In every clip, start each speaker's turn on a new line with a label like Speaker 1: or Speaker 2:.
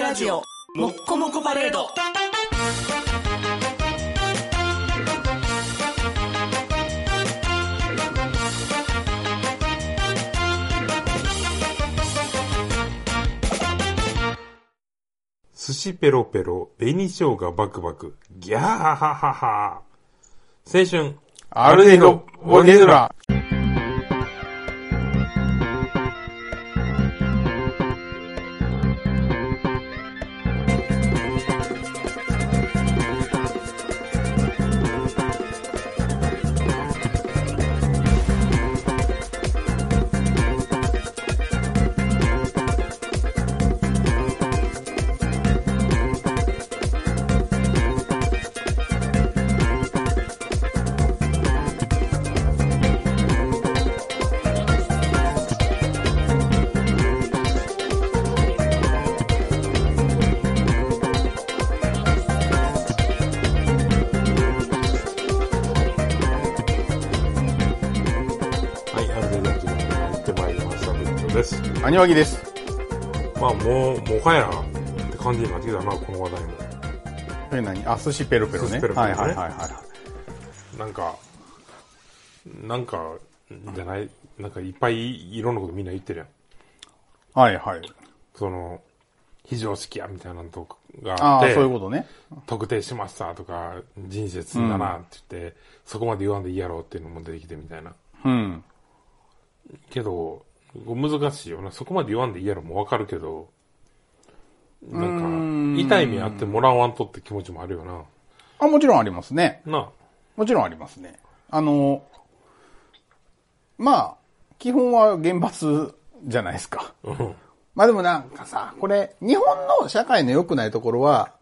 Speaker 1: ラジオもっこもこパレード
Speaker 2: 寿司ペロペロ、紅生姜バクバク、ギャーハハハハ。青春、
Speaker 3: アルディド・ボデズラ。
Speaker 2: はい、アルディド・ボデズラにやってまいりました、部長です。
Speaker 3: アニワギです。
Speaker 2: まあ、もう、もはや、って感じになってきたな、この話題も。
Speaker 3: これ何あ、寿司ペロペロ
Speaker 2: 寿
Speaker 3: ね。
Speaker 2: 司ペロペロね
Speaker 3: はいはいはいは
Speaker 2: なんか、なんか、じゃない、なんかいっぱいいろんなことみんな言ってるやん。
Speaker 3: い。はいはい。
Speaker 2: その、非常識や、みたいなのとかがあ
Speaker 3: あ
Speaker 2: っ
Speaker 3: あ、
Speaker 2: て、
Speaker 3: そういうことね。
Speaker 2: 特定しましたとか、人生積んだなって言って、そこまで言わんでいいやろうっていうのも出てきてみたいな。
Speaker 3: うん。
Speaker 2: けど、難しいよな。そこまで言わんでいいやろもわかるけど、なんか、痛い目あってもらわんとって気持ちもあるよな。
Speaker 3: あ、もちろんありますね。
Speaker 2: なあ
Speaker 3: もちろんありますね。あの、まあ、基本は厳罰じゃないですか。
Speaker 2: うん。
Speaker 3: まあでもなんかさ、これ、日本の社会の良くないところは、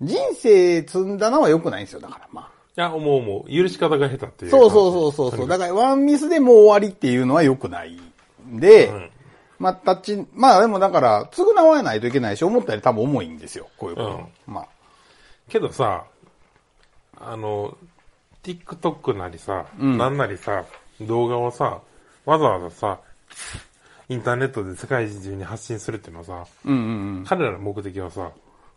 Speaker 3: 人生積んだのは良くないんですよ、だからまあ。
Speaker 2: いや、思う思う。許し方が下手っていう感
Speaker 3: そ
Speaker 2: じ。
Speaker 3: うそうそうそうそう。だ
Speaker 2: か
Speaker 3: からワンミスでもう終わりっていうのは良くないんで、
Speaker 2: ん
Speaker 3: まあタッチ、まあでもだから、償わないといけないし、思ったより多分重いんですよ、こういうこと。まあ。
Speaker 2: けどさ、あの、TikTok なりさ、なんなりさ、動画をさ、わざわざさ、インターネットで世界中に発信するっていうのはさ、
Speaker 3: うんうんうん。
Speaker 2: 彼らの目的はさ、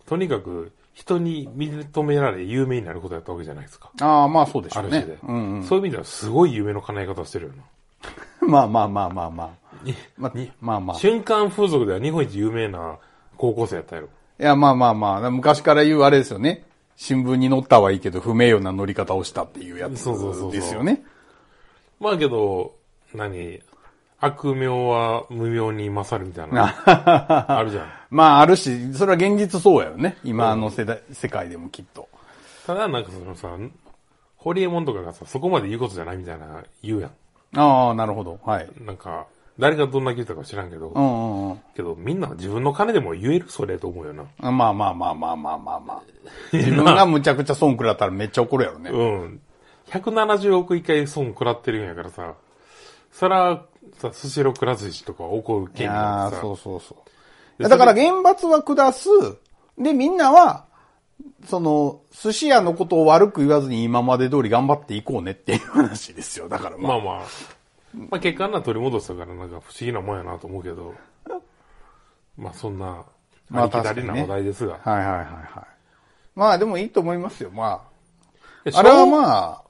Speaker 2: とにかく人に認められ有名になることだったわけじゃないですか。
Speaker 3: ああ、まあそうでし
Speaker 2: あ
Speaker 3: ょ
Speaker 2: る
Speaker 3: う
Speaker 2: 種
Speaker 3: ね
Speaker 2: で。。
Speaker 3: うんうん。
Speaker 2: そういう意味ではすごい夢の叶え方してるよな。
Speaker 3: まあまあまあまあまあ。
Speaker 2: に
Speaker 3: まあ
Speaker 2: に
Speaker 3: まあまあ。い
Speaker 2: 瞬間風俗では日本一有名な高校生やったやろ。
Speaker 3: や、まあまあまあ。昔から言うあれですよね。新聞に載ったはいいけど、不名誉な乗り方をしたっていうやつ
Speaker 2: そうそうそうそう
Speaker 3: ですよね。
Speaker 2: まあけど、何悪名は無名に勝るみたい な。あるじゃん。
Speaker 3: まあ、あるし、それは現実そうやよね。今の世代、世界でもきっと。
Speaker 2: ただなんかそのさ、ホリエモンとかがさ、そこまで言うことじゃないみたいな言うや
Speaker 3: ああ、なるほど。はい。
Speaker 2: ん。なんか、誰がどんだけ言ったか知らんけど、
Speaker 3: うんうんうん。
Speaker 2: けどみんな自分の金でも言えるそれと思うよな。
Speaker 3: あまあまあまあまあまあまあ まあ。自分がむちゃくちゃ損食らったらめっちゃ怒るやろね。
Speaker 2: うん。170億一回損食らってるんやからさ、そら、さ、スシローくら寿司とか怒る
Speaker 3: い
Speaker 2: 権利
Speaker 3: や
Speaker 2: なん
Speaker 3: ー
Speaker 2: てさ、
Speaker 3: そうそうそう。
Speaker 2: で
Speaker 3: だから、厳罰は下す。で、みんなは、その、寿司屋のことを悪く言わずに今まで通り頑張っていこうねっていう話ですよ。だからま
Speaker 2: ま
Speaker 3: あ。
Speaker 2: あまあ、まあ結果あんな取り戻したからなんか不思議なもんやなと思うけど、まあそんな、
Speaker 3: まあ
Speaker 2: ありきたり
Speaker 3: 確か
Speaker 2: な
Speaker 3: にね
Speaker 2: 話題ですが。
Speaker 3: はいはいはいはい。まあでもいいと思いますよ。ま
Speaker 2: いや
Speaker 3: あ。あれは
Speaker 2: しょう
Speaker 3: まあ、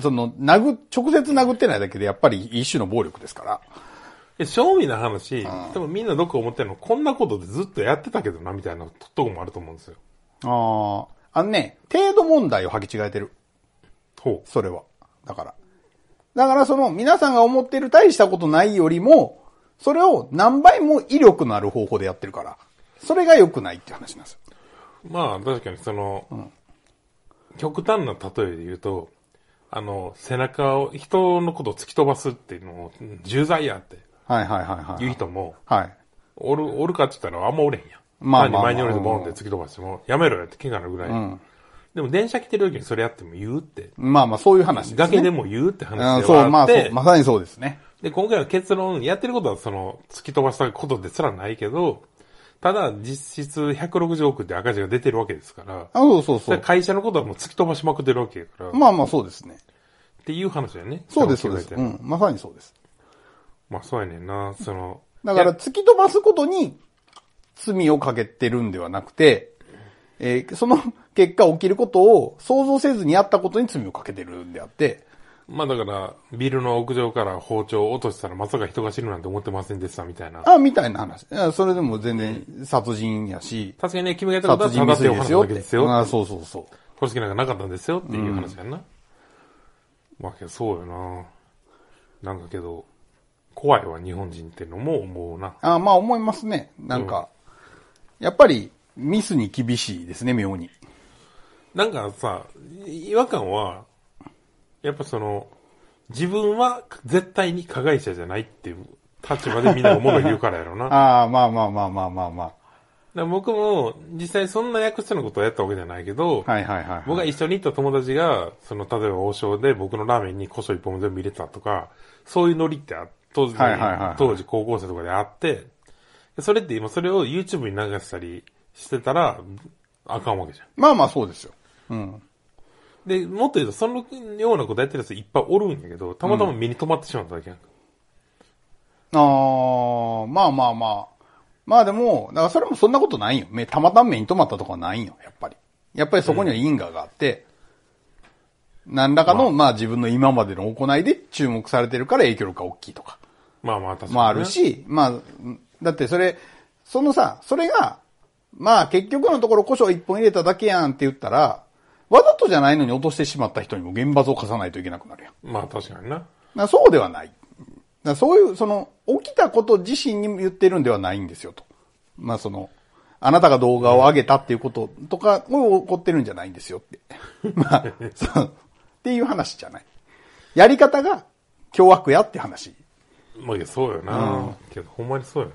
Speaker 3: その、殴、直接殴ってないだけでやっぱり一種の暴力ですから。
Speaker 2: え、正味な話、多分みんなどこ思ってるの、こんなことでずっとやってたけどな、みたいなととこもあると思うんですよ。
Speaker 3: ああ。あのね、程度問題を履き違えてる。
Speaker 2: ほ
Speaker 3: それは。だから。だからその皆さんが思ってる大したことないよりも、それを何倍も威力のある方法でやってるから、それが良くないって話なんですよ。
Speaker 2: う。まあ、確かにその、極端な例えで言うと、あの、背中を、人のことを突き飛ばすっていうのを、うん重罪やって
Speaker 3: はいはいは
Speaker 2: 言
Speaker 3: いは
Speaker 2: う
Speaker 3: い。
Speaker 2: 人も、
Speaker 3: はい。
Speaker 2: おる、おるかって言ったらあんまおれへんやん。
Speaker 3: まあまあまあ
Speaker 2: 単に前におりてボンって突き飛ばしても、やめろよって怪我のぐらい。でも電車来てる時にそれやっても言うって、
Speaker 3: まあまあそういう話ですね。
Speaker 2: 崖でも言うって話ではあ
Speaker 3: う
Speaker 2: っ
Speaker 3: ん、
Speaker 2: て、
Speaker 3: そう、まあそう、まさにそうですね。
Speaker 2: で、今回は結論、やってることはその、突き飛ばしたことですらないけど、ただ、実質160億って赤字が出てるわけですから、だか
Speaker 3: あそうそうそ
Speaker 2: ら
Speaker 3: う。
Speaker 2: 会社のことはもう突き飛ばしまくってるわけやから、
Speaker 3: まあまあそうですね。
Speaker 2: っていう話だよね。
Speaker 3: そうです、そうで
Speaker 2: 考
Speaker 3: す。
Speaker 2: え
Speaker 3: う
Speaker 2: たら
Speaker 3: ん、まさにそうです。
Speaker 2: まあ、そうやねんな、その、
Speaker 3: だから
Speaker 2: いや
Speaker 3: 突き飛ばすことに罪をかけてるんではなくて、えーその結果起きることを想像せずにやったことに罪をかけてるんであって、
Speaker 2: まあだから、ビルの屋上から包丁を落としたらまさか人が死ぬなんて思ってませんでしたみたいな。
Speaker 3: あみたいな話。いやそれでも全然殺人やし、
Speaker 2: 確かにね、君が言ったこと
Speaker 3: 殺
Speaker 2: は
Speaker 3: 人
Speaker 2: 正
Speaker 3: 未
Speaker 2: しい
Speaker 3: 遂
Speaker 2: お話だ
Speaker 3: ですよっ
Speaker 2: けで
Speaker 3: て
Speaker 2: す。よ。
Speaker 3: あそうそうそう。
Speaker 2: 殺す気なんかなかったんですよっていう話やんな。わけそうよな。なんかけど、怖いわ、日本人ってのも思うな。
Speaker 3: あまあ思いますね。なんか、やっぱりミスに厳しいですね、妙に。
Speaker 2: なんかさ、違和感は、やっぱその、自分は絶対に加害者じゃないっていう立場でみんなが物言うからやろな。だか
Speaker 3: ああ、まあまあまあまあまあま
Speaker 2: ら僕も実際そんな役所のことをやったわけじゃないけど、
Speaker 3: あ。はいはいはい、はい。
Speaker 2: 僕が一緒に行った友達が、その、例えば王将で僕のラーメンに胡椒一本も全部入れてたとか、そういうノリってあ当時、
Speaker 3: はいはいはいはい
Speaker 2: 当時高校生とかであって、それって今それを YouTube に流したりしてたら、あかんわけじゃん。
Speaker 3: まあまあそうですよ。うん。
Speaker 2: で、もっと言うと、そのようなことやってるやついっぱいおるんやけど、たまたま目に留まってしまっただけやんか。
Speaker 3: ああ、まあまあまあ。まあでも、だからそれもそんなことないよ。めたまたま目に留まったとかはないよ、やっぱり。やっぱりそこには因果があって、何らかの、まあ自分の今までの行いで注目されてるから影響力が大きいとか。
Speaker 2: まあまあ、確かに、
Speaker 3: もある。し、まあ、うんだってそれ、そのさ、それが、まあ結局のところ胡椒一本入れただけやんって言ったら、わざとじゃないのに落としてしまった人にも厳罰を課さないといけなくなるやん。だ
Speaker 2: まあ
Speaker 3: か
Speaker 2: 確かにな。
Speaker 3: らそうではない。だからそういう、その、起きたこと自身にも言ってるんではないんですよと。まあその、あなたが動画を上げたっていうこととかを起こってるんじゃないんですよって。 まあ、そう、っていう話じゃない。やり方が凶悪やって話。
Speaker 2: まあいや、そうよな、けど、ほんまにそうよ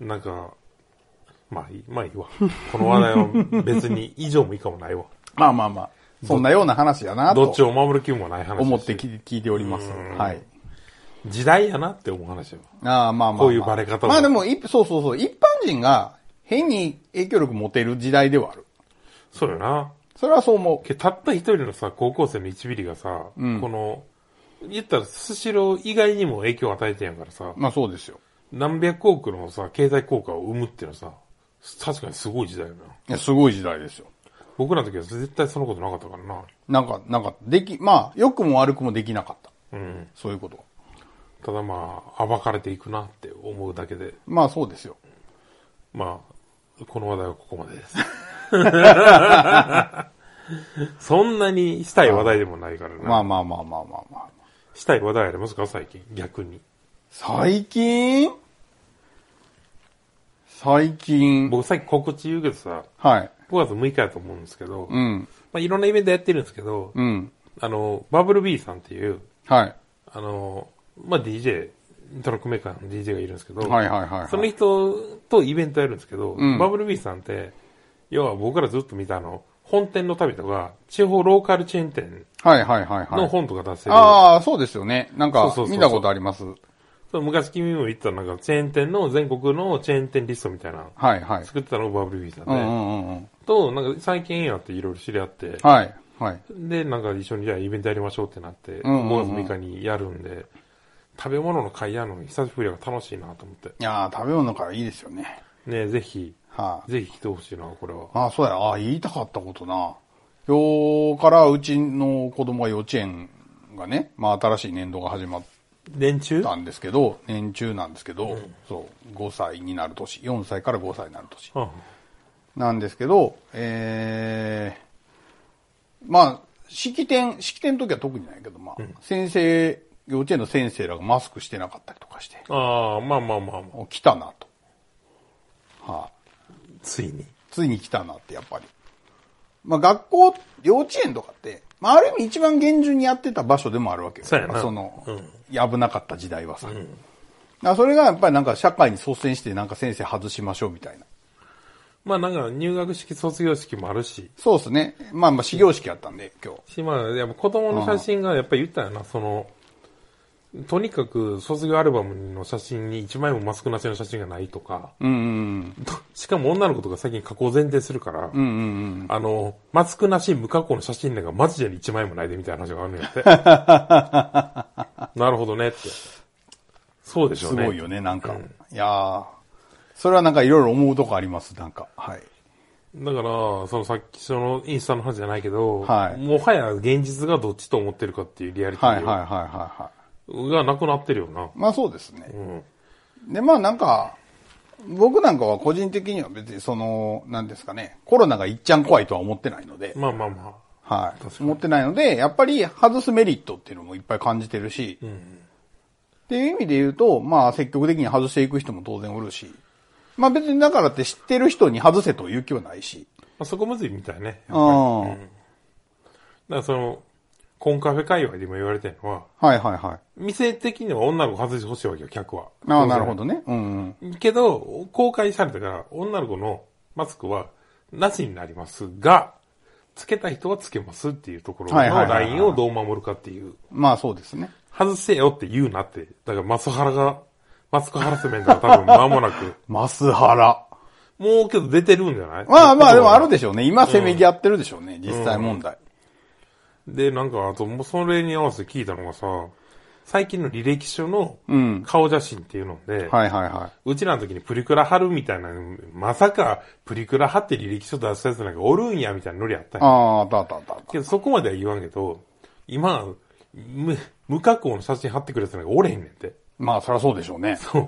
Speaker 2: な。なんか、まあいい、まあいいわ。この話題は別に以上も以下もないわ。
Speaker 3: まあまあまあ、そんなような話やな
Speaker 2: どっち
Speaker 3: と
Speaker 2: を守る気もない話。
Speaker 3: 思ってき聞いております。はい。
Speaker 2: 時代やなって思う話よ。
Speaker 3: ああまあまあまあ。
Speaker 2: こういうバレ方も
Speaker 3: まあでも、いそうそうそう。一般人が変に影響力持てる時代ではある。
Speaker 2: そうよな。
Speaker 3: それはそう思う。
Speaker 2: けたった一人のさ、高校生の1ミリがさ、この、言ったらスシロー以外にも影響を与えてんやからさ、
Speaker 3: まあそうですよ。
Speaker 2: 何百億のさ、経済効果を生むっていうのはさ、確かにすごい時代よな。
Speaker 3: いや、すごい時代ですよ。
Speaker 2: 僕らの時は絶対そのことなかったからな。
Speaker 3: なんか、なんか、でき、まあ、良くも悪くもできなかった。
Speaker 2: うん。
Speaker 3: そういうことは。
Speaker 2: ただまあ、暴かれていくなって思うだけで、
Speaker 3: まあそうですよ。
Speaker 2: まあ、この話題はここまで です。そんなにしたい話題でもないからな。
Speaker 3: まあまあまあまあまあまあ。
Speaker 2: したい話題ありますか最近。逆に。
Speaker 3: 最近最近。
Speaker 2: 僕さっき告知言うけどさ、
Speaker 3: はい。
Speaker 2: 5月6日やと思うんですけど、
Speaker 3: う
Speaker 2: ま
Speaker 3: ん。
Speaker 2: あ、いろんなイベントやってるんですけど、
Speaker 3: うん。
Speaker 2: あの、バブル B さんっていう、
Speaker 3: はい。
Speaker 2: あの、まあ、DJ、トラックメーカーの DJ がいるんですけど、
Speaker 3: はいはいはいはい
Speaker 2: その人とイベントやるんですけど、
Speaker 3: ん
Speaker 2: バブル B さんって、要は僕らずっと見たあの、本店の旅とか、地方ローカルチェーン店
Speaker 3: はいはいはいはい。
Speaker 2: の本とか出してる、
Speaker 3: ああ、そうですよね。なんか
Speaker 2: そうそうそうそ、う
Speaker 3: 見たことあります。
Speaker 2: その昔君も言ってたなんか、チェーン店の全国のチェーン店リストみたいな、
Speaker 3: はいはい。
Speaker 2: 作ってたのがバブル B さんで、
Speaker 3: うんうんうんうん。
Speaker 2: と、なんか最近やっていろいろ知り合って、
Speaker 3: はい。はい。
Speaker 2: で、なんか一緒にじゃあイベントやりましょうってなって、
Speaker 3: んうんうん
Speaker 2: 5月6日にやるんで、食べ物の会やるの久しぶりが楽しいなと思って。
Speaker 3: いやー、食べ物からいいですよね。
Speaker 2: ねぜひ、
Speaker 3: はい、
Speaker 2: ぜひ来てほしいな、これは。
Speaker 3: あ。あそうや。ああ、言いたかったことな。今日からうちの子供が幼稚園がね、まあ新しい年度が始まっ
Speaker 2: 連中
Speaker 3: たんですけど、年中なんですけど、そう、5歳になる年、4歳から5歳になる年。
Speaker 2: あ
Speaker 3: なんですけど、えー、まあ、式典、式典の時は特にないけど、まあ、先生、幼稚園の先生らがマスクしてなかったりとかして、
Speaker 2: あー、まあまあまあまあ。
Speaker 3: お来たなと。はあ、
Speaker 2: ついに。
Speaker 3: ついに来たなって、やっぱり。まあ、学校、幼稚園とかって、まあ、ある意味一番厳重にやってた場所でもあるわけよ。
Speaker 2: そうやな
Speaker 3: まあその、
Speaker 2: うん
Speaker 3: 危なかった時代はさ。だからそれがやっぱりなんか社会に率先してなんか先生外しましょうみたいな。
Speaker 2: まあなんか入学式、卒業式もあるし、
Speaker 3: そうですね。まあまあ、始業式やったんで、今日。
Speaker 2: しまあ、やっぱ子供の写真がやっぱり言ったよな、その、とにかく卒業アルバムの写真に一枚もマスクなしの写真がないとか、
Speaker 3: うんうん
Speaker 2: としかも女の子とか最近加工前提するから、
Speaker 3: うん。うんうんうん。
Speaker 2: あの、マスクなし無加工の写真なんかマジで一枚もないでみたいな話があるんや って。なるほどねって。そうでしょ
Speaker 3: す
Speaker 2: うね。
Speaker 3: ごいよね、なんか。いやーそれはなんかいろいろ思うとこあります、なんか。はい。
Speaker 2: だから、そのさっきそのインスタの話じゃないけど、
Speaker 3: はい
Speaker 2: もはや現実がどっちと思ってるかっていうリアリテ
Speaker 3: はいはいはい
Speaker 2: ィ
Speaker 3: はいは
Speaker 2: がなくなってるよな。
Speaker 3: い。まあそうですね。
Speaker 2: うん。
Speaker 3: で、まあなんか、僕なんかは個人的には別にその、なんですかね、コロナがいっちゃん怖いとは思ってないので、
Speaker 2: まあまあま
Speaker 3: は
Speaker 2: 確
Speaker 3: い。
Speaker 2: かに
Speaker 3: 思ってないので、やっぱり外すメリットっていうのもいっぱい感じてるし、
Speaker 2: ん
Speaker 3: っていう意味で言うと、まあ積極的に外していく人も当然おるし、まあ別にだからって知ってる人に外せという気はないし、
Speaker 2: あ。あそこむずいみたいね。だか
Speaker 3: うん。はい
Speaker 2: らその、コンカフェ界隈でも言われてるのは、
Speaker 3: はいはい。
Speaker 2: 店的には女の子外してほしいわけよ、客は。
Speaker 3: ああ、なるほどね。うんうん。
Speaker 2: けど、公開されたから、女の子のマスクは、なしになりますが、つけた人はつけますっていうところの
Speaker 3: はいはいはいは
Speaker 2: ラ
Speaker 3: い
Speaker 2: インをどう守るかっていう。
Speaker 3: まあそうですね。
Speaker 2: 外せよって言うなって。だからマスハラが、マスクハラスメントが多分間もなく。
Speaker 3: マスハラ。
Speaker 2: もうけど出てるんじゃない
Speaker 3: まあまあでもあるでしょうね。今せめぎ合ってるでしょうね、実際問題。
Speaker 2: で、なんか、あと、もうそれに合わせて聞いたのがさ、最近の履歴書の
Speaker 3: うん
Speaker 2: 顔写真っていうので、
Speaker 3: はいはいは
Speaker 2: うちらの時にプリクラ貼るみたいな、まさかプリクラ貼って履歴書出したやつなんかおるんやみたいなノリあったん
Speaker 3: い。
Speaker 2: や
Speaker 3: ああ、だだだだ。
Speaker 2: けど、そこまでは言わんけど、今、無無加工の写真貼ってくるやつなんかおれへんねんって。
Speaker 3: まあそりゃそうでしょうね。
Speaker 2: そう。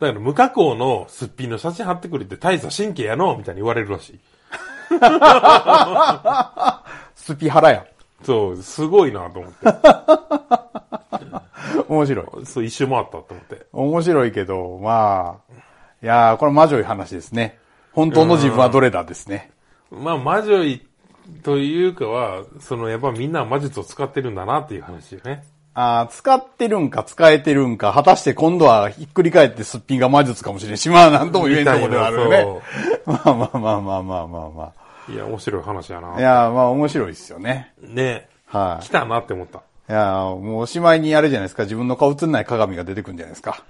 Speaker 2: だから無加工のすっぴんの写真貼ってくれって大した神経やのみたいに言われるらしい。
Speaker 3: スピハラや。
Speaker 2: そう、すごいなと思 って。
Speaker 3: 面白い。
Speaker 2: そう、一周回ったと思って。
Speaker 3: 面白いけど、まあ、いやー、これマジョい話ですね。本当の自分はどれだですね。
Speaker 2: まあ、魔女いというかは、その、やっぱみんな魔術を使ってるんだなっていう話よね。
Speaker 3: あー使ってるんか使えてるんか、果たして今度はひっくり返ってすっぴんが魔術かもしれんし、まあなんとも言えんとこではあるよね。まあまあまあまあまあまあま
Speaker 2: いや、面白い話や
Speaker 3: あ。い
Speaker 2: な。
Speaker 3: やー、まあ面白いですよね。
Speaker 2: ね
Speaker 3: は
Speaker 2: 来たなって思った。
Speaker 3: い。いやー、もうおしまいにあれじゃないですか、自分の顔映んない鏡が出てくるんじゃないですか。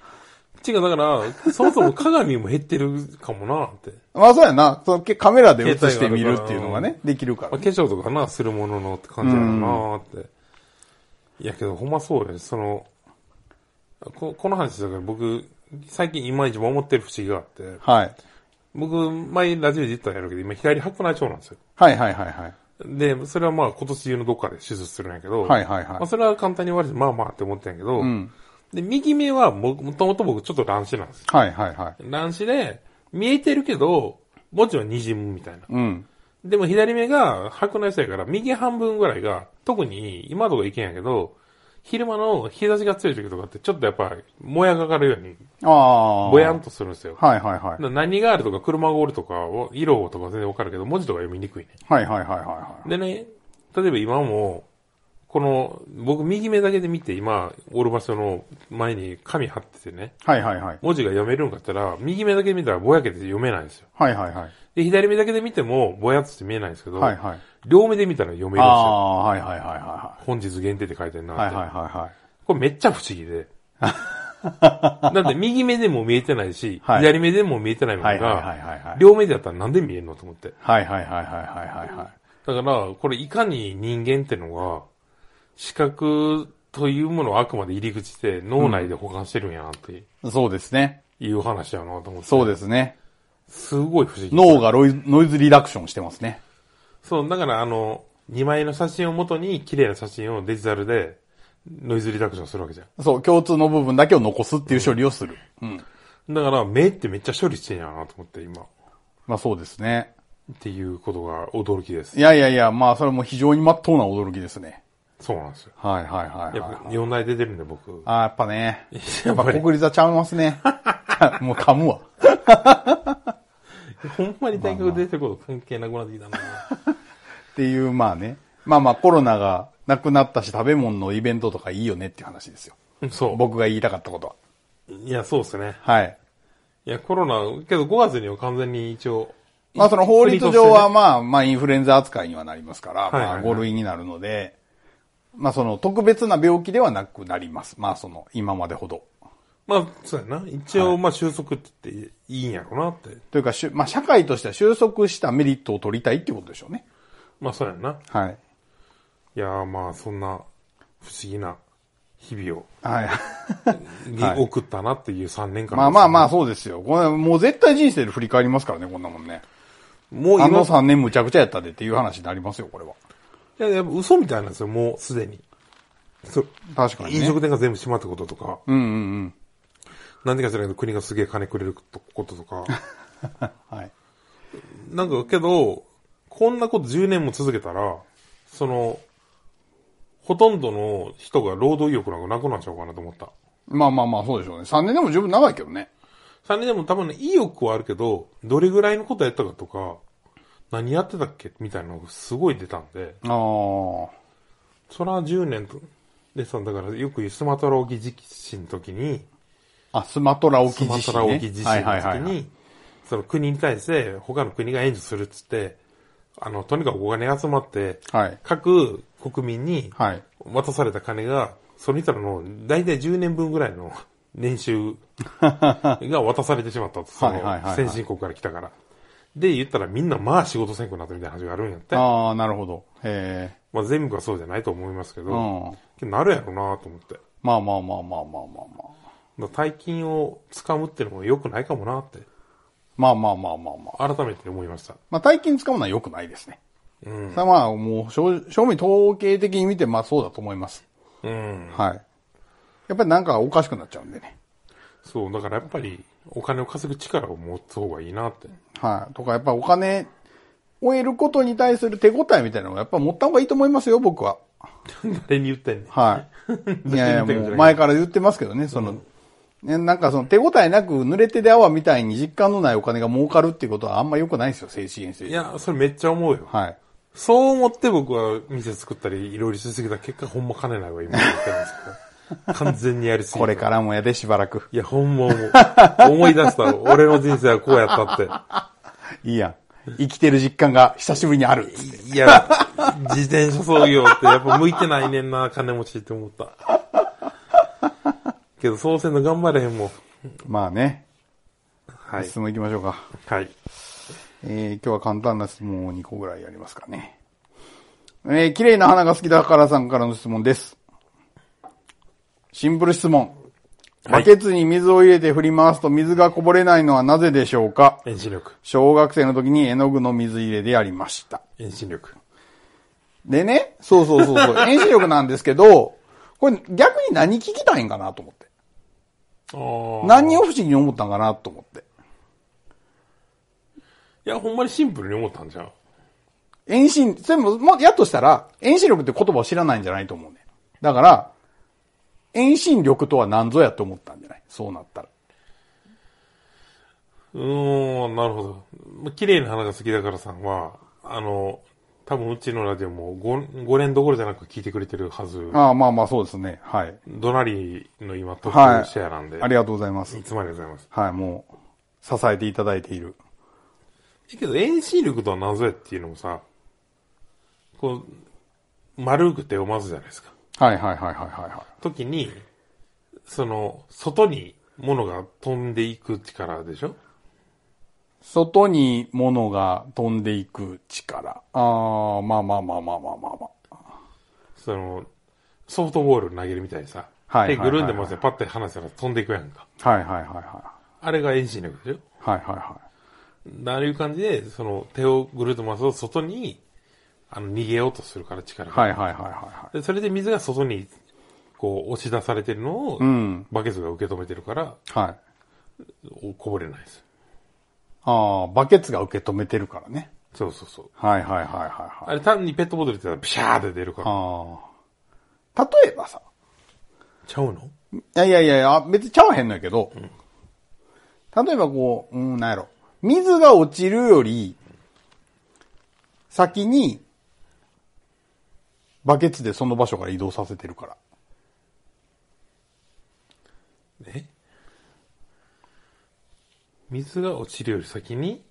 Speaker 2: 違う、だから、そもそも鏡も減ってるかもなって。
Speaker 3: まあそうやな。そのけカメラで映してみるっていうのがね、できるか
Speaker 2: まあ、
Speaker 3: ら。
Speaker 2: 化粧とかな、するもののって感じやろうなって。いやけど、ほんまそうよ。その、ここの話だから僕、最近いまいち思ってる節があって、
Speaker 3: はい。
Speaker 2: 僕、前ラジオで言ったんやろうけど、今左白内障なんですよ。
Speaker 3: はいはいはいはい。
Speaker 2: で、それはまあ今年中のどっかで手術するんやけど、
Speaker 3: はいはいはい
Speaker 2: まあそれは簡単に言われて、まあまあって思ってんやけど、
Speaker 3: ん
Speaker 2: で、右目はも、もともと僕ちょっと乱視なんですよ。
Speaker 3: はいはいはい。
Speaker 2: 乱視で、見えてるけど、文字は滲むみたいな。
Speaker 3: うん。
Speaker 2: でも左目が白内障やから、右半分ぐらいが、特に今のとこいけんやけど、昼間の日差しが強い時とかって、ちょっとやっぱ、もやがかかるように、
Speaker 3: ああ。
Speaker 2: ぼやんとするんですよ。
Speaker 3: はいはいはい。
Speaker 2: な何があるとか、車がおるとか、お色とか全然わかるけど、文字とか読みにくいね。
Speaker 3: はいはいはいはいはい。
Speaker 2: でね、例えば今も、この、僕右目だけで見て、今、おる場所の前に紙貼っててね、
Speaker 3: はいはいはい。
Speaker 2: 文字が読めるんかったら、右目だけ見たらぼやけて読めないんですよ。
Speaker 3: はいはいはい。
Speaker 2: で、左目だけで見ても、ぼやっとして見えないんですけど、
Speaker 3: はいはい。
Speaker 2: 両目で見たら読めるんです
Speaker 3: あ
Speaker 2: よ。
Speaker 3: あ、はいはいはいは
Speaker 2: 本日限定って書いてるなっ
Speaker 3: い。
Speaker 2: て。
Speaker 3: はいはいはいはい。
Speaker 2: これめっちゃ不思議 で。だって右目でも見えてないし、
Speaker 3: はい
Speaker 2: 左目でも見えてないも
Speaker 3: は
Speaker 2: の
Speaker 3: いはいはい
Speaker 2: が、
Speaker 3: はいはい。
Speaker 2: 両目でやったらなんで見えるのと思って。
Speaker 3: はいはいはいはいはいはいはい。
Speaker 2: だから、これいかに人間ってのが、視覚というものをあくまで入り口で脳内で保管してるんやなって
Speaker 3: そうですね。
Speaker 2: いう話やなと思って。
Speaker 3: そうですね。
Speaker 2: すごい不思議。
Speaker 3: 脳がロイノイズリダクションしてますね。
Speaker 2: そう、だからあの、2枚の写真を元に綺麗な写真をデジタルでノイズリダクションするわけじゃん。
Speaker 3: そう、共通の部分だけを残すっていう処理をする。うん。
Speaker 2: だから目ってめっちゃ処理してんやなと思って今。
Speaker 3: まあそうですね。
Speaker 2: っていうことが驚きです
Speaker 3: い。やいやいや、まあそれも非常に真っ当な驚きですね。
Speaker 2: そうなんですよ。
Speaker 3: はいはいはい、
Speaker 2: や
Speaker 3: はい
Speaker 2: っ。ぱ、四大出てるんで僕。
Speaker 3: あーやっぱね。
Speaker 2: や
Speaker 3: や
Speaker 2: っ
Speaker 3: っ
Speaker 2: ぱ
Speaker 3: ぱ
Speaker 2: り
Speaker 3: 国立はちゃいま すね。もう噛むわ。
Speaker 2: ほんまに大学出てること関係なくなってきたな。
Speaker 3: っていう、まあね。まあまあコロナがなくなったし食べ物のイベントとかいいよねっていう話ですよ。
Speaker 2: そ
Speaker 3: 僕が言いたかったことは。
Speaker 2: う。いや、そうですね。
Speaker 3: はい。
Speaker 2: いや、コロナ、けど5月には完全に一応。
Speaker 3: まあその法律
Speaker 2: 国
Speaker 3: 上は
Speaker 2: としてね、
Speaker 3: まあまあインフルエンザ扱いにはなりますから、
Speaker 2: いはいはい
Speaker 3: まあ5類になるので、まあその特別な病気ではなくなります。まあその今までほど。
Speaker 2: まあ、そうやな。一応、まあ、収束って言っていいんやろうなって。
Speaker 3: というかしゅ、まあ社会としては収束したメリットを取りたいっていうことでしょうね。
Speaker 2: まあ、そうやな。
Speaker 3: はい。
Speaker 2: いやー、まあ、そんな、不思議な日々を
Speaker 3: はい。
Speaker 2: に送ったなっていう3年間ですね、
Speaker 3: まあまあまあ、そうですよ。これ、もう絶対人生で振り返りますからね、こんなもんね。
Speaker 2: もう
Speaker 3: あの
Speaker 2: 今、
Speaker 3: 3年むちゃくちゃやったでっていう話になりますよ、これは。
Speaker 2: いややっぱ嘘みたいなんですよ、もうすでに。そう。
Speaker 3: 確かにね
Speaker 2: 飲食店が全部閉まったこととか、
Speaker 3: うんうん
Speaker 2: なんでか知らないけど国がすげえ金くれることとか。
Speaker 3: うん。はい。
Speaker 2: なんかけど、こんなこと10年も続けたら、その、ほとんどの人が労働意欲なんかなくなっちゃうかなと思った。
Speaker 3: まあまあまあ、そうでしょうね。3年でも十分長いけどね。
Speaker 2: 3年でも多分ね、意欲はあるけど、どれぐらいのことやったかとか、何やってたっけみたいなのがすごい出たんで、
Speaker 3: ああ。
Speaker 2: そら10年と、でさ、だからよく言うスマトラ沖地震の時に、
Speaker 3: あ、スマトラ沖
Speaker 2: ス
Speaker 3: 地震、
Speaker 2: マ
Speaker 3: ね。
Speaker 2: トラ沖地震
Speaker 3: はいは
Speaker 2: の
Speaker 3: いは
Speaker 2: 時
Speaker 3: いはい。
Speaker 2: に、その国に対して他の国が援助するっつって、あの、とにかくお金集まって、
Speaker 3: はい
Speaker 2: 各国民に
Speaker 3: はい
Speaker 2: 渡された金が、その人らの大体10年分ぐらいの年 収が渡されてしまったと。そ
Speaker 3: はいはいはいは
Speaker 2: の
Speaker 3: い
Speaker 2: 先進国から来たから。で、言ったらみんなまあ仕事せんくなったみたいな話があるんやって。
Speaker 3: ああ、なるほど。へえ。
Speaker 2: まあ全部がそうじゃないと思いますけど、
Speaker 3: うん
Speaker 2: けどなるやろなと思って。だか
Speaker 3: まあまあまあまあまあまあまあ。
Speaker 2: ら大金を掴むっていうのも良くないかもなって、
Speaker 3: まあまあまあまあまあ。
Speaker 2: 改めて思いました。
Speaker 3: まあ、大金使うのは良くないですね。うん。まあ、もう、正正味統計的に見て、まあそうだと思います。
Speaker 2: うん。
Speaker 3: はい。やっぱりなんかおかしくなっちゃうんでね。
Speaker 2: そう、だからやっぱりお金を稼ぐ力を持つ方がいいなって。
Speaker 3: はい。とか、やっぱお金を得ることに対する手応えみたいなのをやっぱ持った方がいいと思いますよ、僕は。
Speaker 2: 誰に言ってんねん。
Speaker 3: はい。 いやいや、
Speaker 2: 全然言ってるわけじゃない
Speaker 3: もう前から言ってますけどね、その、ね、なんかその手応えなく濡れ手で泡みたいに実感のないお金が儲かるっていうことはあんま良くないですよ、精神衛生
Speaker 2: い。や、それめっちゃ思うよ。
Speaker 3: はい。
Speaker 2: そう思って僕は店作ったり、いろいろしすぎた結果、ほんま金ないわ、今言ってますけ ど。完全にやりすぎた
Speaker 3: これからもやでしばらく。
Speaker 2: いや、ほんま思う。思い出した。俺の人生はこうやった
Speaker 3: いいやん。生きてる実感が久しぶりにあるっつって。
Speaker 2: って。いや、自転車操業ってやっぱ向いてないねんな、金持ちって思った。けど、そうせんの頑張れへんもん。
Speaker 3: まあね。
Speaker 2: はい
Speaker 3: 質。問行きましょうか。
Speaker 2: はい。
Speaker 3: えー、今日は簡単な質問を2個ぐらいやりますかね。えー、綺麗な花が好きだからさんからの質問です。シンプル質問。
Speaker 2: は
Speaker 3: バ
Speaker 2: い
Speaker 3: ケツに水を入れて振り回すと水がこぼれないのはなぜでしょうか
Speaker 2: 遠心力。
Speaker 3: 小学生の時に絵の具の水入れでやりました。
Speaker 2: 遠心力。
Speaker 3: でね、そうそうそう そう、遠心力なんですけど、これ逆に何聞きたいんかなと思って。
Speaker 2: あー
Speaker 3: 何を不思議に思ったんかなと思って。
Speaker 2: いや、ほんまにシンプルに思ったんじゃん。
Speaker 3: 遠心、それも、もうやっとしたら、遠心力って言葉を知らないんじゃないと思うね。だから、遠心力とは何ぞやと思ったんじゃないそうなったら。
Speaker 2: うーん、なるほどまあ。綺麗な花が好きだからさんは、あの、多分うちのラジオも 5, 5年どころじゃなく聞いてくれてるはず。
Speaker 3: ああ、まあまあそうですね。はい。
Speaker 2: ドナリーの今トッ
Speaker 3: はい。
Speaker 2: プシェアなんで。
Speaker 3: ありがとうございます
Speaker 2: い。つもありがとうございます。
Speaker 3: はい、もう、支えていただいている。
Speaker 2: いいけど遠心力とは何ぞやっていうのもさ、こう、丸くて読まずじゃないですか。
Speaker 3: はいはいはいはいはいは
Speaker 2: 時に、その、外に物が飛んでいく力でしょ
Speaker 3: い。外に物が飛んでいく力。ああ、まあまあまあまあまあまあまあ。
Speaker 2: その、ソフトボール投げるみたいにさ、
Speaker 3: は
Speaker 2: 手
Speaker 3: いはいはい
Speaker 2: ぐるんで回してパッて離したら飛んでいくやんか。
Speaker 3: はいはいはいは
Speaker 2: あれが遠心力でしょ
Speaker 3: い。はいはいは
Speaker 2: なるいう感じで、その手をぐるっと回すと外に、あの、逃げようとするから力
Speaker 3: い。
Speaker 2: が。
Speaker 3: はいはいはいはいはい。
Speaker 2: でそれで水が外に、こう、押し出されてるのを、
Speaker 3: ん
Speaker 2: バケツが受け止めてるから、
Speaker 3: はい。
Speaker 2: おこぼれないです。
Speaker 3: ああ、バケツが受け止めてるからね。
Speaker 2: そうそうそう。
Speaker 3: はいはいはいはいはい。
Speaker 2: あれ単にペットボトルって言ったら、ピシャーって出るから。
Speaker 3: ああ。例えばさ、
Speaker 2: ちゃうの
Speaker 3: いやいやいやいや、別にちゃわへんのやけど、例えばこう、うん、なんやろ、水が落ちるより、先に、バケツでその場所から移動させてるから。
Speaker 2: え水が落ちるより先に、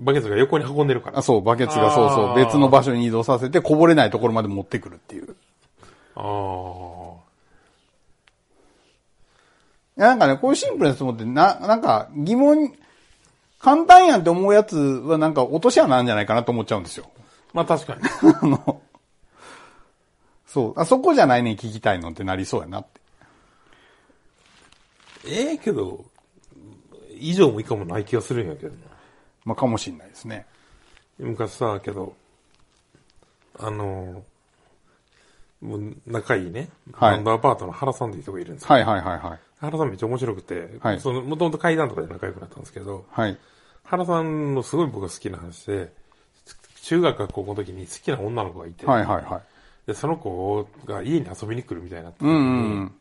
Speaker 2: バケツが横に運んでるから。
Speaker 3: あ、そう、バケツがそうそ
Speaker 2: あ
Speaker 3: う、
Speaker 2: ー
Speaker 3: 別の場所に移動させて、こぼれないところまで持ってくるっていう。
Speaker 2: あー
Speaker 3: いやなんかね、こういうシンプルな質問って、な、なんか疑問、簡単やんって思うやつはなんか落とし穴なんじゃないかなと思っちゃうんですよ。
Speaker 2: まあ確かに。
Speaker 3: あの、そう、あそこじゃないねん聞きたいのってなりそうやなって。
Speaker 2: ええけど、以上も以下もない気がするんやけどな。
Speaker 3: まあ、かもしんないですね。
Speaker 2: 昔さ、けど、あの、もう仲いいね、
Speaker 3: はい
Speaker 2: アンダーパートの原さんという人がいるんですよ。
Speaker 3: はいはいはいはい。
Speaker 2: 原さんめっちゃ面白くて、
Speaker 3: はい
Speaker 2: その、もともと階段とかで仲良くなったんですけど、
Speaker 3: はい。
Speaker 2: 原さんのすごい僕が好きな話で、中学か高校の時に好きな女の子がいて、
Speaker 3: はいはいはい。
Speaker 2: で、その子が家に遊びに来るみたいになった時
Speaker 3: う
Speaker 2: に、
Speaker 3: んうんうん。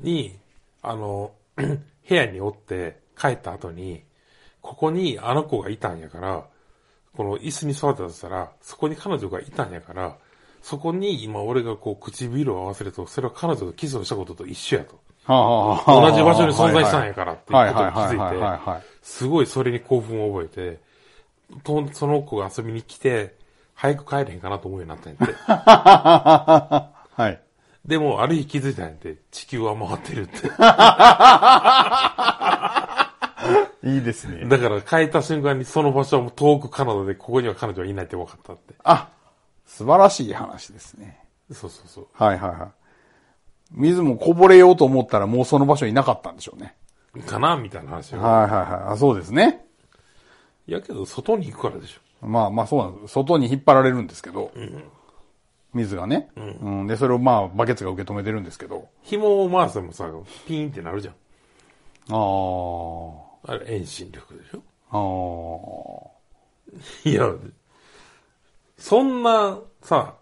Speaker 2: に、あの、 部屋におって帰った後に、ここにあの子がいたんやから、この椅子に座ってたとしたら、そこに彼女がいたんやから、そこに今俺がこう唇を合わせると、それは彼女がキスをしたことと一緒やと。
Speaker 3: はあはあはあ
Speaker 2: 同じ場所に存在したんやからっていうことに気
Speaker 3: はいはいはいはいはい
Speaker 2: づ
Speaker 3: はいい
Speaker 2: て、すごいそれに興奮を覚えて、とその子が遊びに来て、早く帰れへんかなと思うようになったんやって。
Speaker 3: はい。
Speaker 2: でも、ある日気づいたんやって、地球は回ってるって。
Speaker 3: いいですね。
Speaker 2: だから変えた瞬間にその場所はもう遠くカナダでここには彼女はいないって分かったって。
Speaker 3: あ、素晴らしい話ですね。
Speaker 2: そうそうそう。
Speaker 3: はいはいはい。水もこぼれようと思ったらもうその場所にいなかったんでしょうね。
Speaker 2: かなみたいな話を。
Speaker 3: はいはいはい。あ、そうですね。
Speaker 2: いやけど外に行くからでしょ。
Speaker 3: まあまあそうなんです。外に引っ張られるんですけど。水がね、うん。で、それをまあバケツが受け止めてるんですけど。
Speaker 2: 紐を回してもさ、ピーンってなるじゃん。
Speaker 3: あー。
Speaker 2: あれ遠心力でしょ。
Speaker 3: あー。
Speaker 2: いや、そんなさ、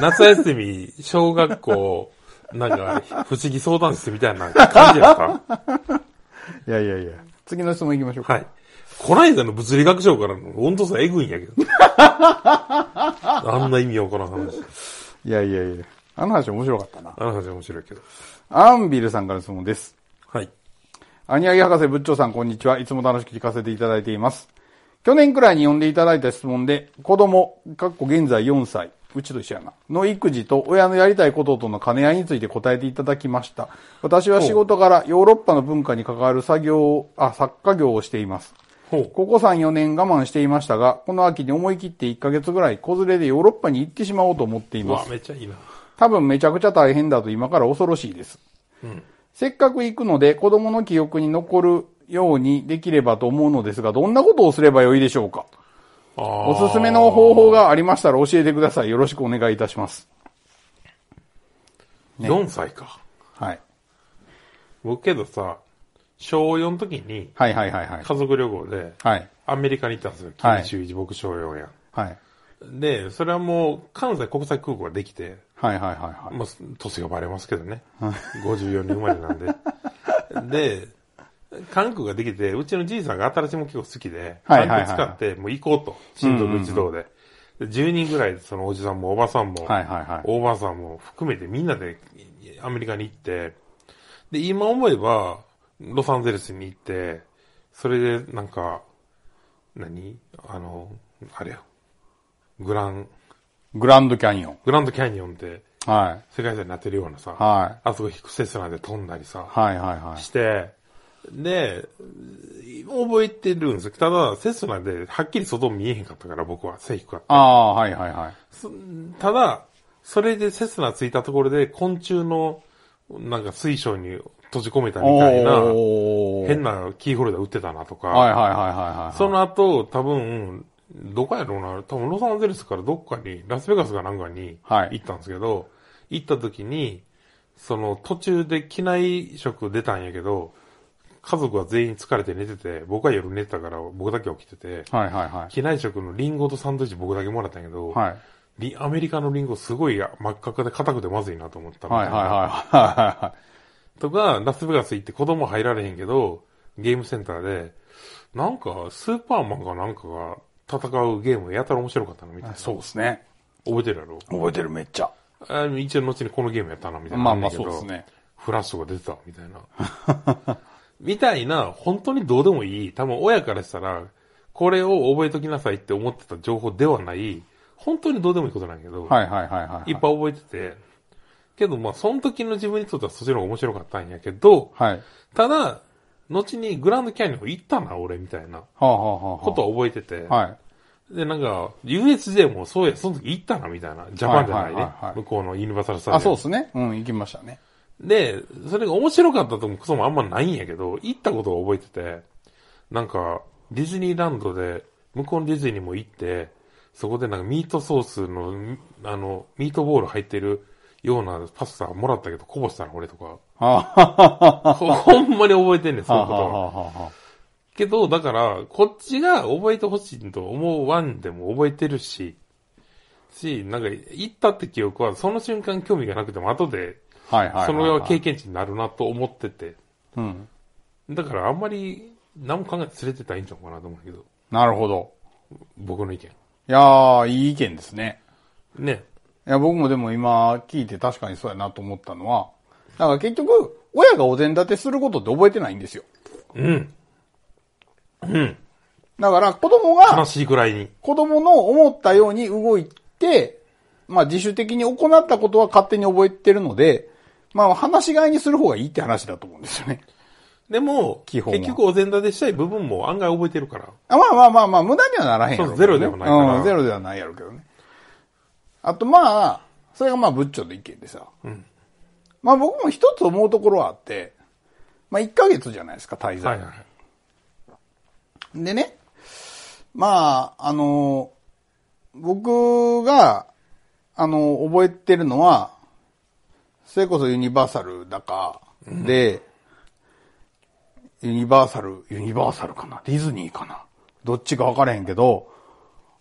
Speaker 2: 夏休み、小学校、なんか、不思議相談室みたいな感じやさ。
Speaker 3: いやいやいや。次の質問行きましょうか。
Speaker 2: はい。こないだの物理学賞からの温度差えぐいんやけど。あんな意味わからん話。
Speaker 3: いやいやいや。あの話面白かったな。
Speaker 2: あの話面白いけど。
Speaker 3: アンビルさんからの質問です。
Speaker 2: はい。
Speaker 3: アニアギ博士、仏長さん、こんにちは。いつも楽しく聞かせていただいています。去年くらいに読んでいただいた質問で、子供、かっこ現在4歳、うちと一緒やな、の育児と親のやりたいこととの兼ね合いについて答えていただきました。私は仕事からヨーロッパの文化に関わる作業を、あ、作家業をしています。
Speaker 2: ほう。
Speaker 3: ここ3、4年我慢していましたが、この秋に思い切って1ヶ月ぐらい、子連れでヨーロッパに行ってしまおうと思っていうま
Speaker 2: わ
Speaker 3: す、。
Speaker 2: めっちゃいいな。
Speaker 3: 多分めちゃくちゃ大変だと今から恐ろしいです。せっかく行くので子供の記憶に残るようにできればと思うのですが、どんなことをすればよいでしょうか
Speaker 2: お
Speaker 3: おすすめの方法がありましたら教えてください。よろしくお願いいたします。
Speaker 2: 4歳か。
Speaker 3: はい。
Speaker 2: 僕けどさ、小4の時に
Speaker 3: はいはいはいはい。
Speaker 2: 家族旅行で
Speaker 3: はい。
Speaker 2: アメリカに行ったんですよ。
Speaker 3: はい
Speaker 2: 九州一僕小4や
Speaker 3: はい。
Speaker 2: ん。で、それはもう関西国際空港ができて、
Speaker 3: はいはいはいはい。
Speaker 2: まあ、年がバレますけどね。54年生まれなんで。で、韓国ができて、うちのじいさんが新しいもん結構好きで、
Speaker 3: はいはいはい
Speaker 2: 韓国使ってもう行こうと。親族一同で。で10人ぐらい、そのおじさんもおばさんも、
Speaker 3: はいはいはい
Speaker 2: おばさんも含めてみんなでアメリカに行って、で、今思えば、ロサンゼルスに行って、それでなんか、何あの、あれよ。グラン、
Speaker 3: グランドキャニオン。
Speaker 2: グランドキャニオンって、
Speaker 3: はい。
Speaker 2: 世界遺産になってるようなさ、
Speaker 3: はい
Speaker 2: あそこヒクセスナで飛んだりさ、
Speaker 3: はいはいはい。
Speaker 2: して、で、覚えてるんですよ。ただ、セスナではっきり外見えへんかったから僕は、セイクは。
Speaker 3: ああ、はいはいはい。
Speaker 2: そただ、それでセスナついたところで昆虫のなんか水晶に閉じ込めたみたいな、
Speaker 3: おー
Speaker 2: 変なキーホルダー売ってたなとか、
Speaker 3: はいはいはいはいはい。
Speaker 2: その後、多分、どこやろうな、多分ロサンゼルスからどっかに、ラスベガスかなんかに
Speaker 3: はい
Speaker 2: 行ったんですけど、行った時に、その途中で機内食出たんやけど、家族は全員疲れて寝てて、僕は夜寝てたから僕だけ起きてて、
Speaker 3: はいはいはい。
Speaker 2: 機内食のリンゴとサンドイッチ僕だけもらったんやけど、
Speaker 3: はい。
Speaker 2: リアメリカのリンゴすごい真っ赤っかで硬くてまずいなと思ったみた
Speaker 3: はいはいい
Speaker 2: な
Speaker 3: はいはいはい。
Speaker 2: とか、ラスベガス行って子供入られへんけど、ゲームセンターで、なんか、スーパーマンかなんかが戦うゲームやたら面白かったな、みたいな。
Speaker 3: そうですね。
Speaker 2: 覚えてるやろ
Speaker 3: 覚えてるめっちゃ。
Speaker 2: あの一応後にこのゲームやったな、みたいな。
Speaker 3: まあまあ
Speaker 2: んねんけど
Speaker 3: そうですね。
Speaker 2: フラッシュが出てた、みたいな。みたいな、本当にどうでもいい、多分親からしたら、これを覚えときなさいって思ってた情報ではない、本当にどうでもいいことなんやけど、
Speaker 3: はいはいはいはい。
Speaker 2: いっぱい覚えてて、けどまあ、その時の自分にとってはそっちの方が面白かったんやけど、
Speaker 3: はい。
Speaker 2: ただ、後にグランドキャニオン行ったな、俺、みたいな
Speaker 3: はあ、はあはあはあ、
Speaker 2: ことは覚えてて。
Speaker 3: はい。
Speaker 2: で、なんか、USJ もそうや、その時行ったな、みたいな。ジャパンじゃない
Speaker 3: はい
Speaker 2: ね
Speaker 3: はいはいは。い
Speaker 2: 向こうのユニバーサルスタジオ。
Speaker 3: あ、そうですね。うん、行きましたね。
Speaker 2: で、それが面白かったともクソもあんまないんやけど、行ったことを覚えてて、なんか、ディズニーランドで、向こうのディズニーも行って、そこでなんかミートソースの、みあの、ミートボール入ってるようなパスタもらったけど、こぼしたの俺とか。ほ ほんまに覚えてんねん、そういうことは。けど、だから、こっちが覚えてほしいと思うわんでも覚えてるし、し、なんか、行ったって記憶は、その瞬間興味がなくても、後で、
Speaker 3: はいはい。
Speaker 2: その経
Speaker 3: 経験。
Speaker 2: 験値になるなと思ってて。
Speaker 3: うん。
Speaker 2: だから、あんまり、何も考えて連れてったらいいんちゃうかなと思うけど、
Speaker 3: なるほど。
Speaker 2: 僕の意見。
Speaker 3: いやー、いい意見ですね。
Speaker 2: ね。
Speaker 3: いや、僕もでも今聞いて確かにそうやなと思ったのは、だから結局、親がお膳立てすることって覚えてないんですよ。
Speaker 2: うん。
Speaker 3: だから子供
Speaker 2: 悲
Speaker 3: が、
Speaker 2: しいくらいに。
Speaker 3: 子供の思ったように動いて、まあ自主的に行ったことは勝手に覚えてるので、まあ話し飼いにする方がいいって話だと思うんですよね。
Speaker 2: でも、
Speaker 3: 基
Speaker 2: 結
Speaker 3: 本は
Speaker 2: 局お膳立てしたい部分も案外覚えてるから。
Speaker 3: あまあまあまあまあ、無駄にはならへんやろ
Speaker 2: そ
Speaker 3: うけどね、
Speaker 2: うゼロではないから
Speaker 3: うん、ゼロではないやろうけどね。あとまあ、それがまあ、ブッチョの意見でさ。
Speaker 2: ん
Speaker 3: まあ僕も一つ思うところはあって、まあ1ヶ月じゃないですか、滞在。
Speaker 2: はいはいはい。
Speaker 3: でね、まあ、あの、僕が、あの、覚えてるのは、それこそユニバーサルだか、で、ユニバーサル、ユニバーサルかなディズニーかなどっちか分からへんけど、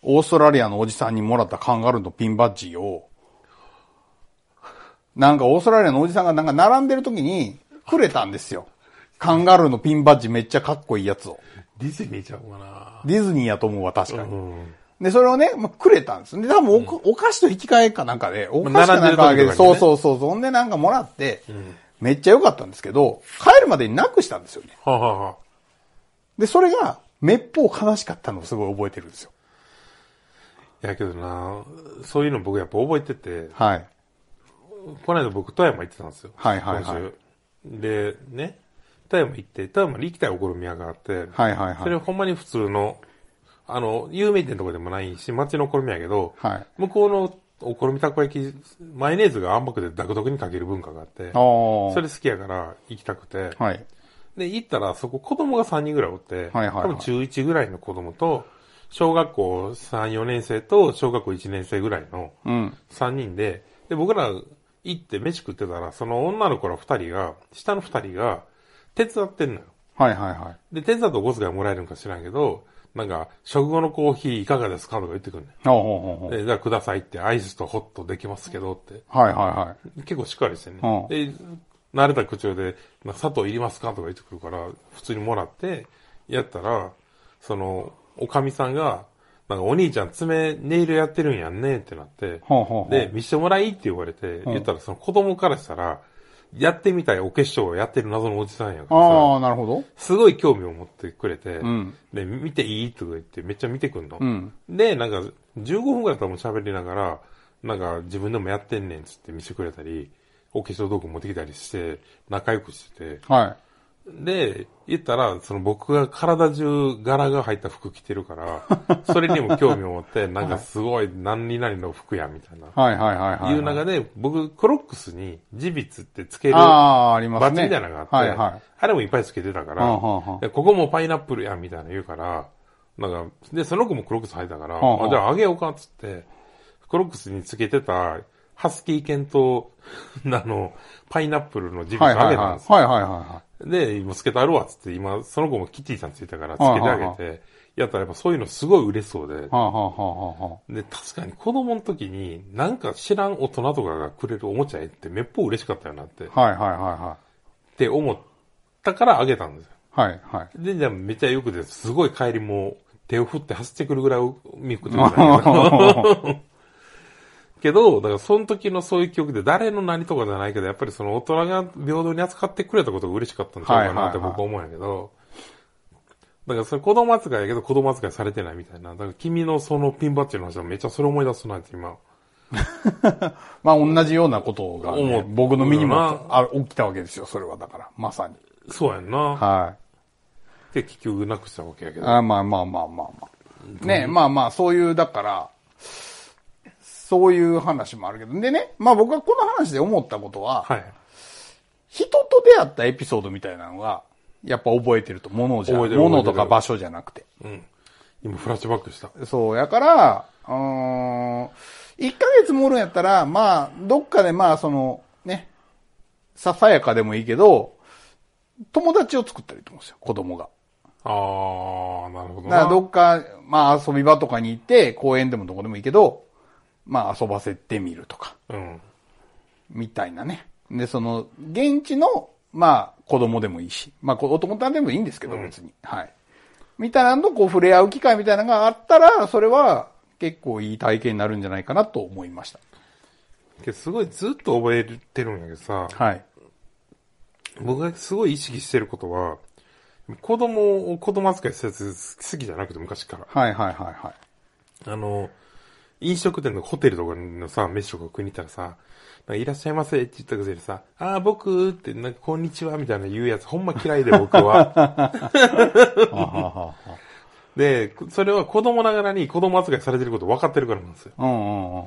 Speaker 3: オーストラリアのおじさんにもらったカンガルーのピンバッジを、なんかオーストラリアのおじさんがなんか並んでる時にくれたんですよ。カンガルーのピンバッジめっちゃかっこいいやつを。
Speaker 2: ディズニーちゃうかな
Speaker 3: ディズニーやと思うわ、確かに。
Speaker 2: うん。
Speaker 3: で、それをね、まあ、くれたんですね。多分おこ、お菓子と引き換えかなんかで、お菓子かなんか
Speaker 2: 並ん
Speaker 3: あげて、
Speaker 2: でる時とかにね
Speaker 3: そうそうそうそう。ほんでなんかもらって、めっちゃ良かったんですけど、帰るまでになくしたんですよね。
Speaker 2: はあ、はあはあ、
Speaker 3: で、それが、滅法悲しかったのをすごい覚えてるんですよ。
Speaker 2: いやけどな、そういうの僕やっぱ覚えてて、
Speaker 3: はい。
Speaker 2: この間僕富山行ってたんですよ。
Speaker 3: はいはいはい
Speaker 2: 今週で、ね、富山行って、富山に行きたいお好み屋があって、
Speaker 3: はいはい
Speaker 2: それ
Speaker 3: はい。
Speaker 2: ほんまに普通の、あの、有名店とかでもないし、街のお好みやけど、
Speaker 3: はい
Speaker 2: 向こうのお好みたこ焼き、マヨネーズがあんまくでダクダクにかける文化があって、
Speaker 3: あー
Speaker 2: それ好きやから行きたくて、
Speaker 3: はい。
Speaker 2: で、行ったら、そこ子供が3人ぐらいおって、
Speaker 3: はいはいはい
Speaker 2: 多分中1ぐらいの子供と、小学校3、4年生と小学校1年生ぐらいの
Speaker 3: うん。
Speaker 2: 3人で、で、僕ら行って飯食ってたら、その女の子ら2人が、下の2人が手伝ってんのよ。
Speaker 3: はいはいはい。
Speaker 2: で、手伝うとゴスがもらえるんか知らんけど、なんか、食後のコーヒーいかがですかとか言ってくるね
Speaker 3: あーほうほうほ
Speaker 2: ん。
Speaker 3: う
Speaker 2: で、じゃあくださいって、アイスとホットできますけどって。
Speaker 3: はいはいはい。
Speaker 2: 結構しっかりしてね。
Speaker 3: うん
Speaker 2: で、慣れた口調で、な砂糖いりますかとか言ってくるから、普通にもらって、やったら、その、おかみさんが、なんかお兄ちゃん爪、ネイルやってるんやんねってなって、
Speaker 3: ほうほうほう
Speaker 2: で、見してもらいって言われて、言ったらその子供からしたら、やってみたいお化粧をやってる謎のおじさんやからさ
Speaker 3: ああ、なるほど。
Speaker 2: すごい興味を持ってくれて、
Speaker 3: ん
Speaker 2: で、見ていいとか言ってめっちゃ見てくんの。
Speaker 3: ん
Speaker 2: で、なんか、15分ぐらい多分喋りながら、なんか自分でもやってんねんっつって見せてくれたり、お化粧道具持ってきたりして、仲良くしてて。
Speaker 3: は
Speaker 2: で、言ったら、その僕が体中柄が入った服着てる から、それにも興味を持って、なんかすごい何に何の服や、みたいな。
Speaker 3: い。はいはいはいはい。
Speaker 2: いう中で、僕、クロックスにジビッツってつける
Speaker 3: ああー、あります
Speaker 2: バ
Speaker 3: ね。
Speaker 2: ッチみたいなのがあって、
Speaker 3: はいはい。
Speaker 2: あれもいっぱいつけてたから、
Speaker 3: うんうんうん
Speaker 2: でここもパイナップルやんみたいな言うから、なんか、で、その子もクロックス履いたから、
Speaker 3: んうん
Speaker 2: あじゃああげようかっつって、クロックスにつけてた、ハスキー犬と、あの、パイナップルのジビ
Speaker 3: はい
Speaker 2: ッあ
Speaker 3: はい
Speaker 2: げ
Speaker 3: は
Speaker 2: たん
Speaker 3: い。は
Speaker 2: ですよ。
Speaker 3: いはいは
Speaker 2: で、今つけてあるわっつって、今、その子もキティちゃんついたからつけてあげ
Speaker 3: うん
Speaker 2: て、やったらやっぱそういうのすごい嬉しそうで
Speaker 3: い。、はあはあはあはあはあ。
Speaker 2: で、確かに子供の時になんか知らん大人とかがくれるおもちゃやってめっぽう嬉しかったよなって、っ
Speaker 3: はいはいは
Speaker 2: て思ったからあげたんですよ。
Speaker 3: いはい。はいはい。
Speaker 2: で、じゃあめっちゃよくて、すごい帰りも手を振って走ってくるぐらい見送ってくるんだけど。
Speaker 3: は
Speaker 2: け ど、だからその時のそういう記憶で誰の何とかじゃないけど、やっぱりその大人が平等に扱ってくれたことが嬉しかったんちゃうかなって
Speaker 3: はいはいはい
Speaker 2: 僕は思うんやけど。だからそれ子供扱いやけど子供扱いされてないみたいな。だから君のそのピンバッジの話はめっちゃそれ思い出すなって今。
Speaker 3: まあ同じようなことがね、
Speaker 2: 思う
Speaker 3: 僕の身にも
Speaker 2: な
Speaker 3: あ起きたわけですよ、それはだから。まさに。
Speaker 2: そうやんな。
Speaker 3: は
Speaker 2: で、結局なくしたわけやけ
Speaker 3: い。
Speaker 2: ど。
Speaker 3: あまあまあまあまあまあ。ねまあまあ、そういう、だから、そういう話もあるけど。でね、まあ僕はこの話で思ったことは、
Speaker 2: はい。
Speaker 3: 出会ったエピソードみたいなのが、やっぱ覚えてると、ものじゃ、
Speaker 2: 覚
Speaker 3: も
Speaker 2: えてる覚えてる
Speaker 3: のとか場所じゃなくて。
Speaker 2: うん。今フラッシュバックした。
Speaker 3: そう、やから、うーん、1ヶ月もおるんやったら、まあ、どっかでまあ、その、ね、ささやかでもいいけど、友達を作ったらいいと思うんですよ、子供が。
Speaker 2: あー、なるほどな。
Speaker 3: だからどっか、まあ、遊び場とかに行って、公園でもどこでもいいけど、まあ、遊ばせてみるとか、
Speaker 2: うん。
Speaker 3: みたいなね。で、その、現地の、まあ、子供でもいいし、まあ、こお友達でもいいんですけど、別に。はい。みたいなのと、こう、触れ合う機会みたいなのがあったら、それは、結構いい体験になるんじゃないかなと思いました。
Speaker 2: けどすごいずっと覚えてるんやけどさ、
Speaker 3: はい。
Speaker 2: 僕がすごい意識してることは、子供を子供扱いしたやつ好きじゃなくて昔から。
Speaker 3: はいはいはいはい。
Speaker 2: あの、飲食店のホテルとかのさ、飯とか食いに行ったらさ、なんかいらっしゃいませって言ったくせにさ、あー僕って、なんかこんにちはみたいな言うやつほんま嫌いで僕 は。
Speaker 3: はははは
Speaker 2: で、それは子供ながらに子供扱いされてること分かってるからなんですよ。
Speaker 3: うんうんうん。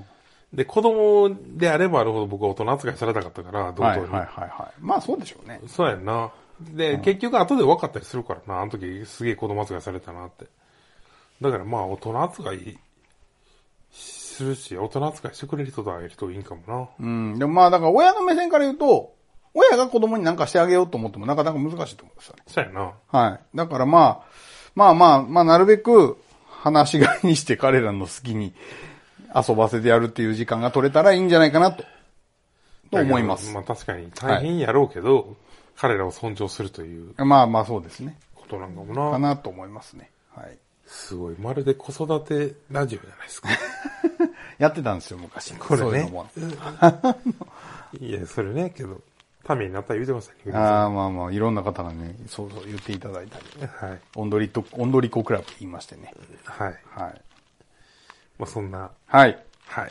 Speaker 2: で、子供であればあるほど僕は大人扱いされたかったから、同等
Speaker 3: はい
Speaker 2: に。
Speaker 3: はいはいはい。まあ、そうでしょうね。
Speaker 2: そうやんな。で、結局後で分かったりするからな。あの時すげえ子供扱いされたなって。だからまあ大人扱いするし、大人扱いしてくれる人とあげるといいんかもな。
Speaker 3: うん。でもまあ、だから親の目線から言うと、親が子供に何かしてあげようと思ってもなかなか難しいと思うんですよね。
Speaker 2: そうやな。
Speaker 3: はい。だからまあ、まあまあ、まあなるべく、話し飼いにして彼らの好きに遊ばせてやるっていう時間が取れたらいいんじゃないかなと、と思います。
Speaker 2: まあ確かに大変やろうけど、彼らを尊重するという
Speaker 3: まあまあそうですね。
Speaker 2: ことなんか
Speaker 3: か
Speaker 2: もな。
Speaker 3: なと思いますね。はい。
Speaker 2: すごい。まるで子育てラジオじゃないですか。
Speaker 3: やってたんですよ、昔。
Speaker 2: これね
Speaker 3: そういうのも
Speaker 2: いや、それね、けど、ためになったら言うてましたね。
Speaker 3: ああ、まあまあ、いろんな方がね、そうそう言っていただいたり。
Speaker 2: はい。
Speaker 3: オンドリと、オンドリコクラブって言いましてね。
Speaker 2: はい。
Speaker 3: はい。
Speaker 2: まあそんな、
Speaker 3: はい。
Speaker 2: はい。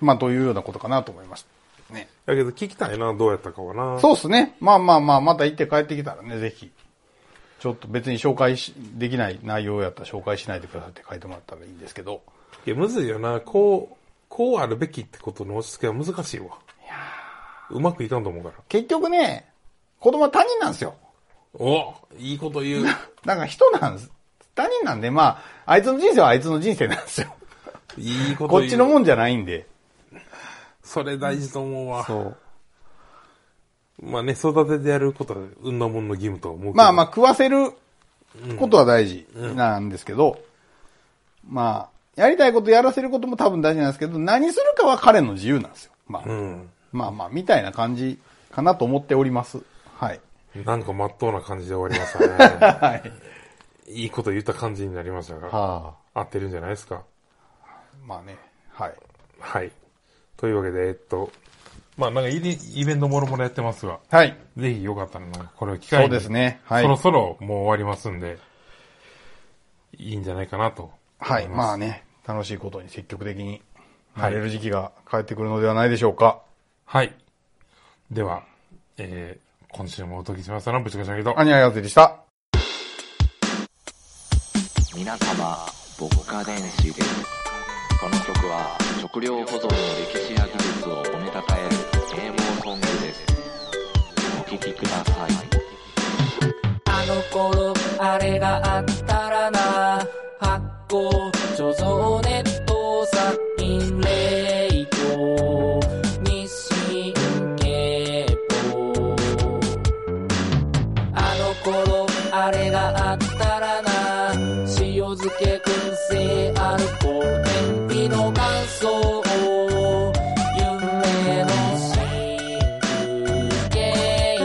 Speaker 3: まあ、というようなことかなと思いました。ね。
Speaker 2: だけど聞きたいな、どうやったかはな。
Speaker 3: そうですね。まあまあまあ、また行って帰ってきたらね、ぜひ。ちょっと別に紹介し、できない内容やったら紹介しないでくださいって書いてもらったらいいんですけど。
Speaker 2: いや、むずいよな。こう、こうあるべきってことの押し付けは難しいわ。うまくいかんと思うから。
Speaker 3: 結局ね、子供は他人なんですよ。
Speaker 2: おいいこと言う。
Speaker 3: なんか人なんです。他人なんで、まあ、あいつの人生はあいつの人生なんですよ。
Speaker 2: いいこと言う。
Speaker 3: こっちのもんじゃないんで。
Speaker 2: それ大事と思うわ。
Speaker 3: そう。
Speaker 2: まあね、育ててやることは、うんなもんの義務とは思うけど。
Speaker 3: まあまあ、食わせることは大事なんですけど、まあ、やりたいことやらせることも多分大事なんですけど、何するかは彼の自由なんですよ。まあ、
Speaker 2: うん。
Speaker 3: まあまあ、みたいな感じかなと思っております。はい。
Speaker 2: なんか真っ当な感じで終わりましたね。
Speaker 3: はい。
Speaker 2: いいこと言った感じになりましたが、
Speaker 3: は
Speaker 2: 合ってるんじゃないですか。
Speaker 3: あ。まあね。はい。
Speaker 2: はい。というわけで、えっと、まあなんかイベイベントもろもろやってますが、
Speaker 3: はい。
Speaker 2: ぜひよかったらなんかこれを機
Speaker 3: そう
Speaker 2: 会に。
Speaker 3: ですね。はい
Speaker 2: そ。ろそろもう終わりますんで、いいんじゃないかなと。
Speaker 3: はい。
Speaker 2: 思います
Speaker 3: まあね、楽しいことに積極的になれる時期が帰ってくるのではないでしょうか。
Speaker 2: はい。では、えー、今週もお届けしましたのぶちかしゃぎと
Speaker 3: ア。ニアヤズでした。
Speaker 4: 皆様、ボッカ電子です。この曲は、食料保存の歴史や技術を褒めたたえる啓蒙ソングです。お聴きください。
Speaker 1: あの頃あれがあったらな発酵貯蔵ネット殺菌冷凍日清経法あの頃あれがあったらな塩漬け燻製アルコール天日の乾燥夢の真空形状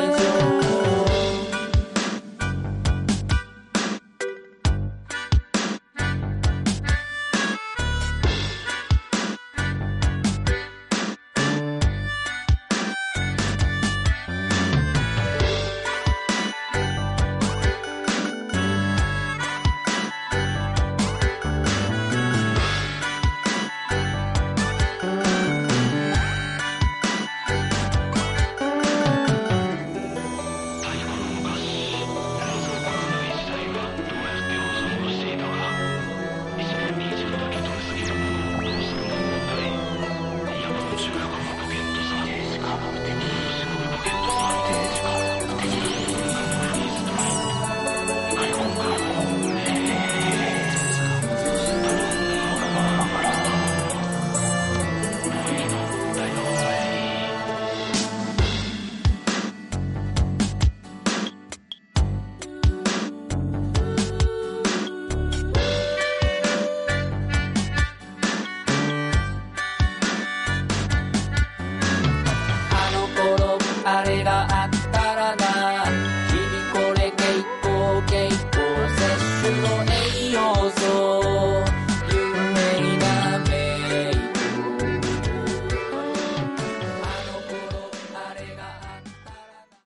Speaker 1: があったらな日々これ結構結構摂取の栄養素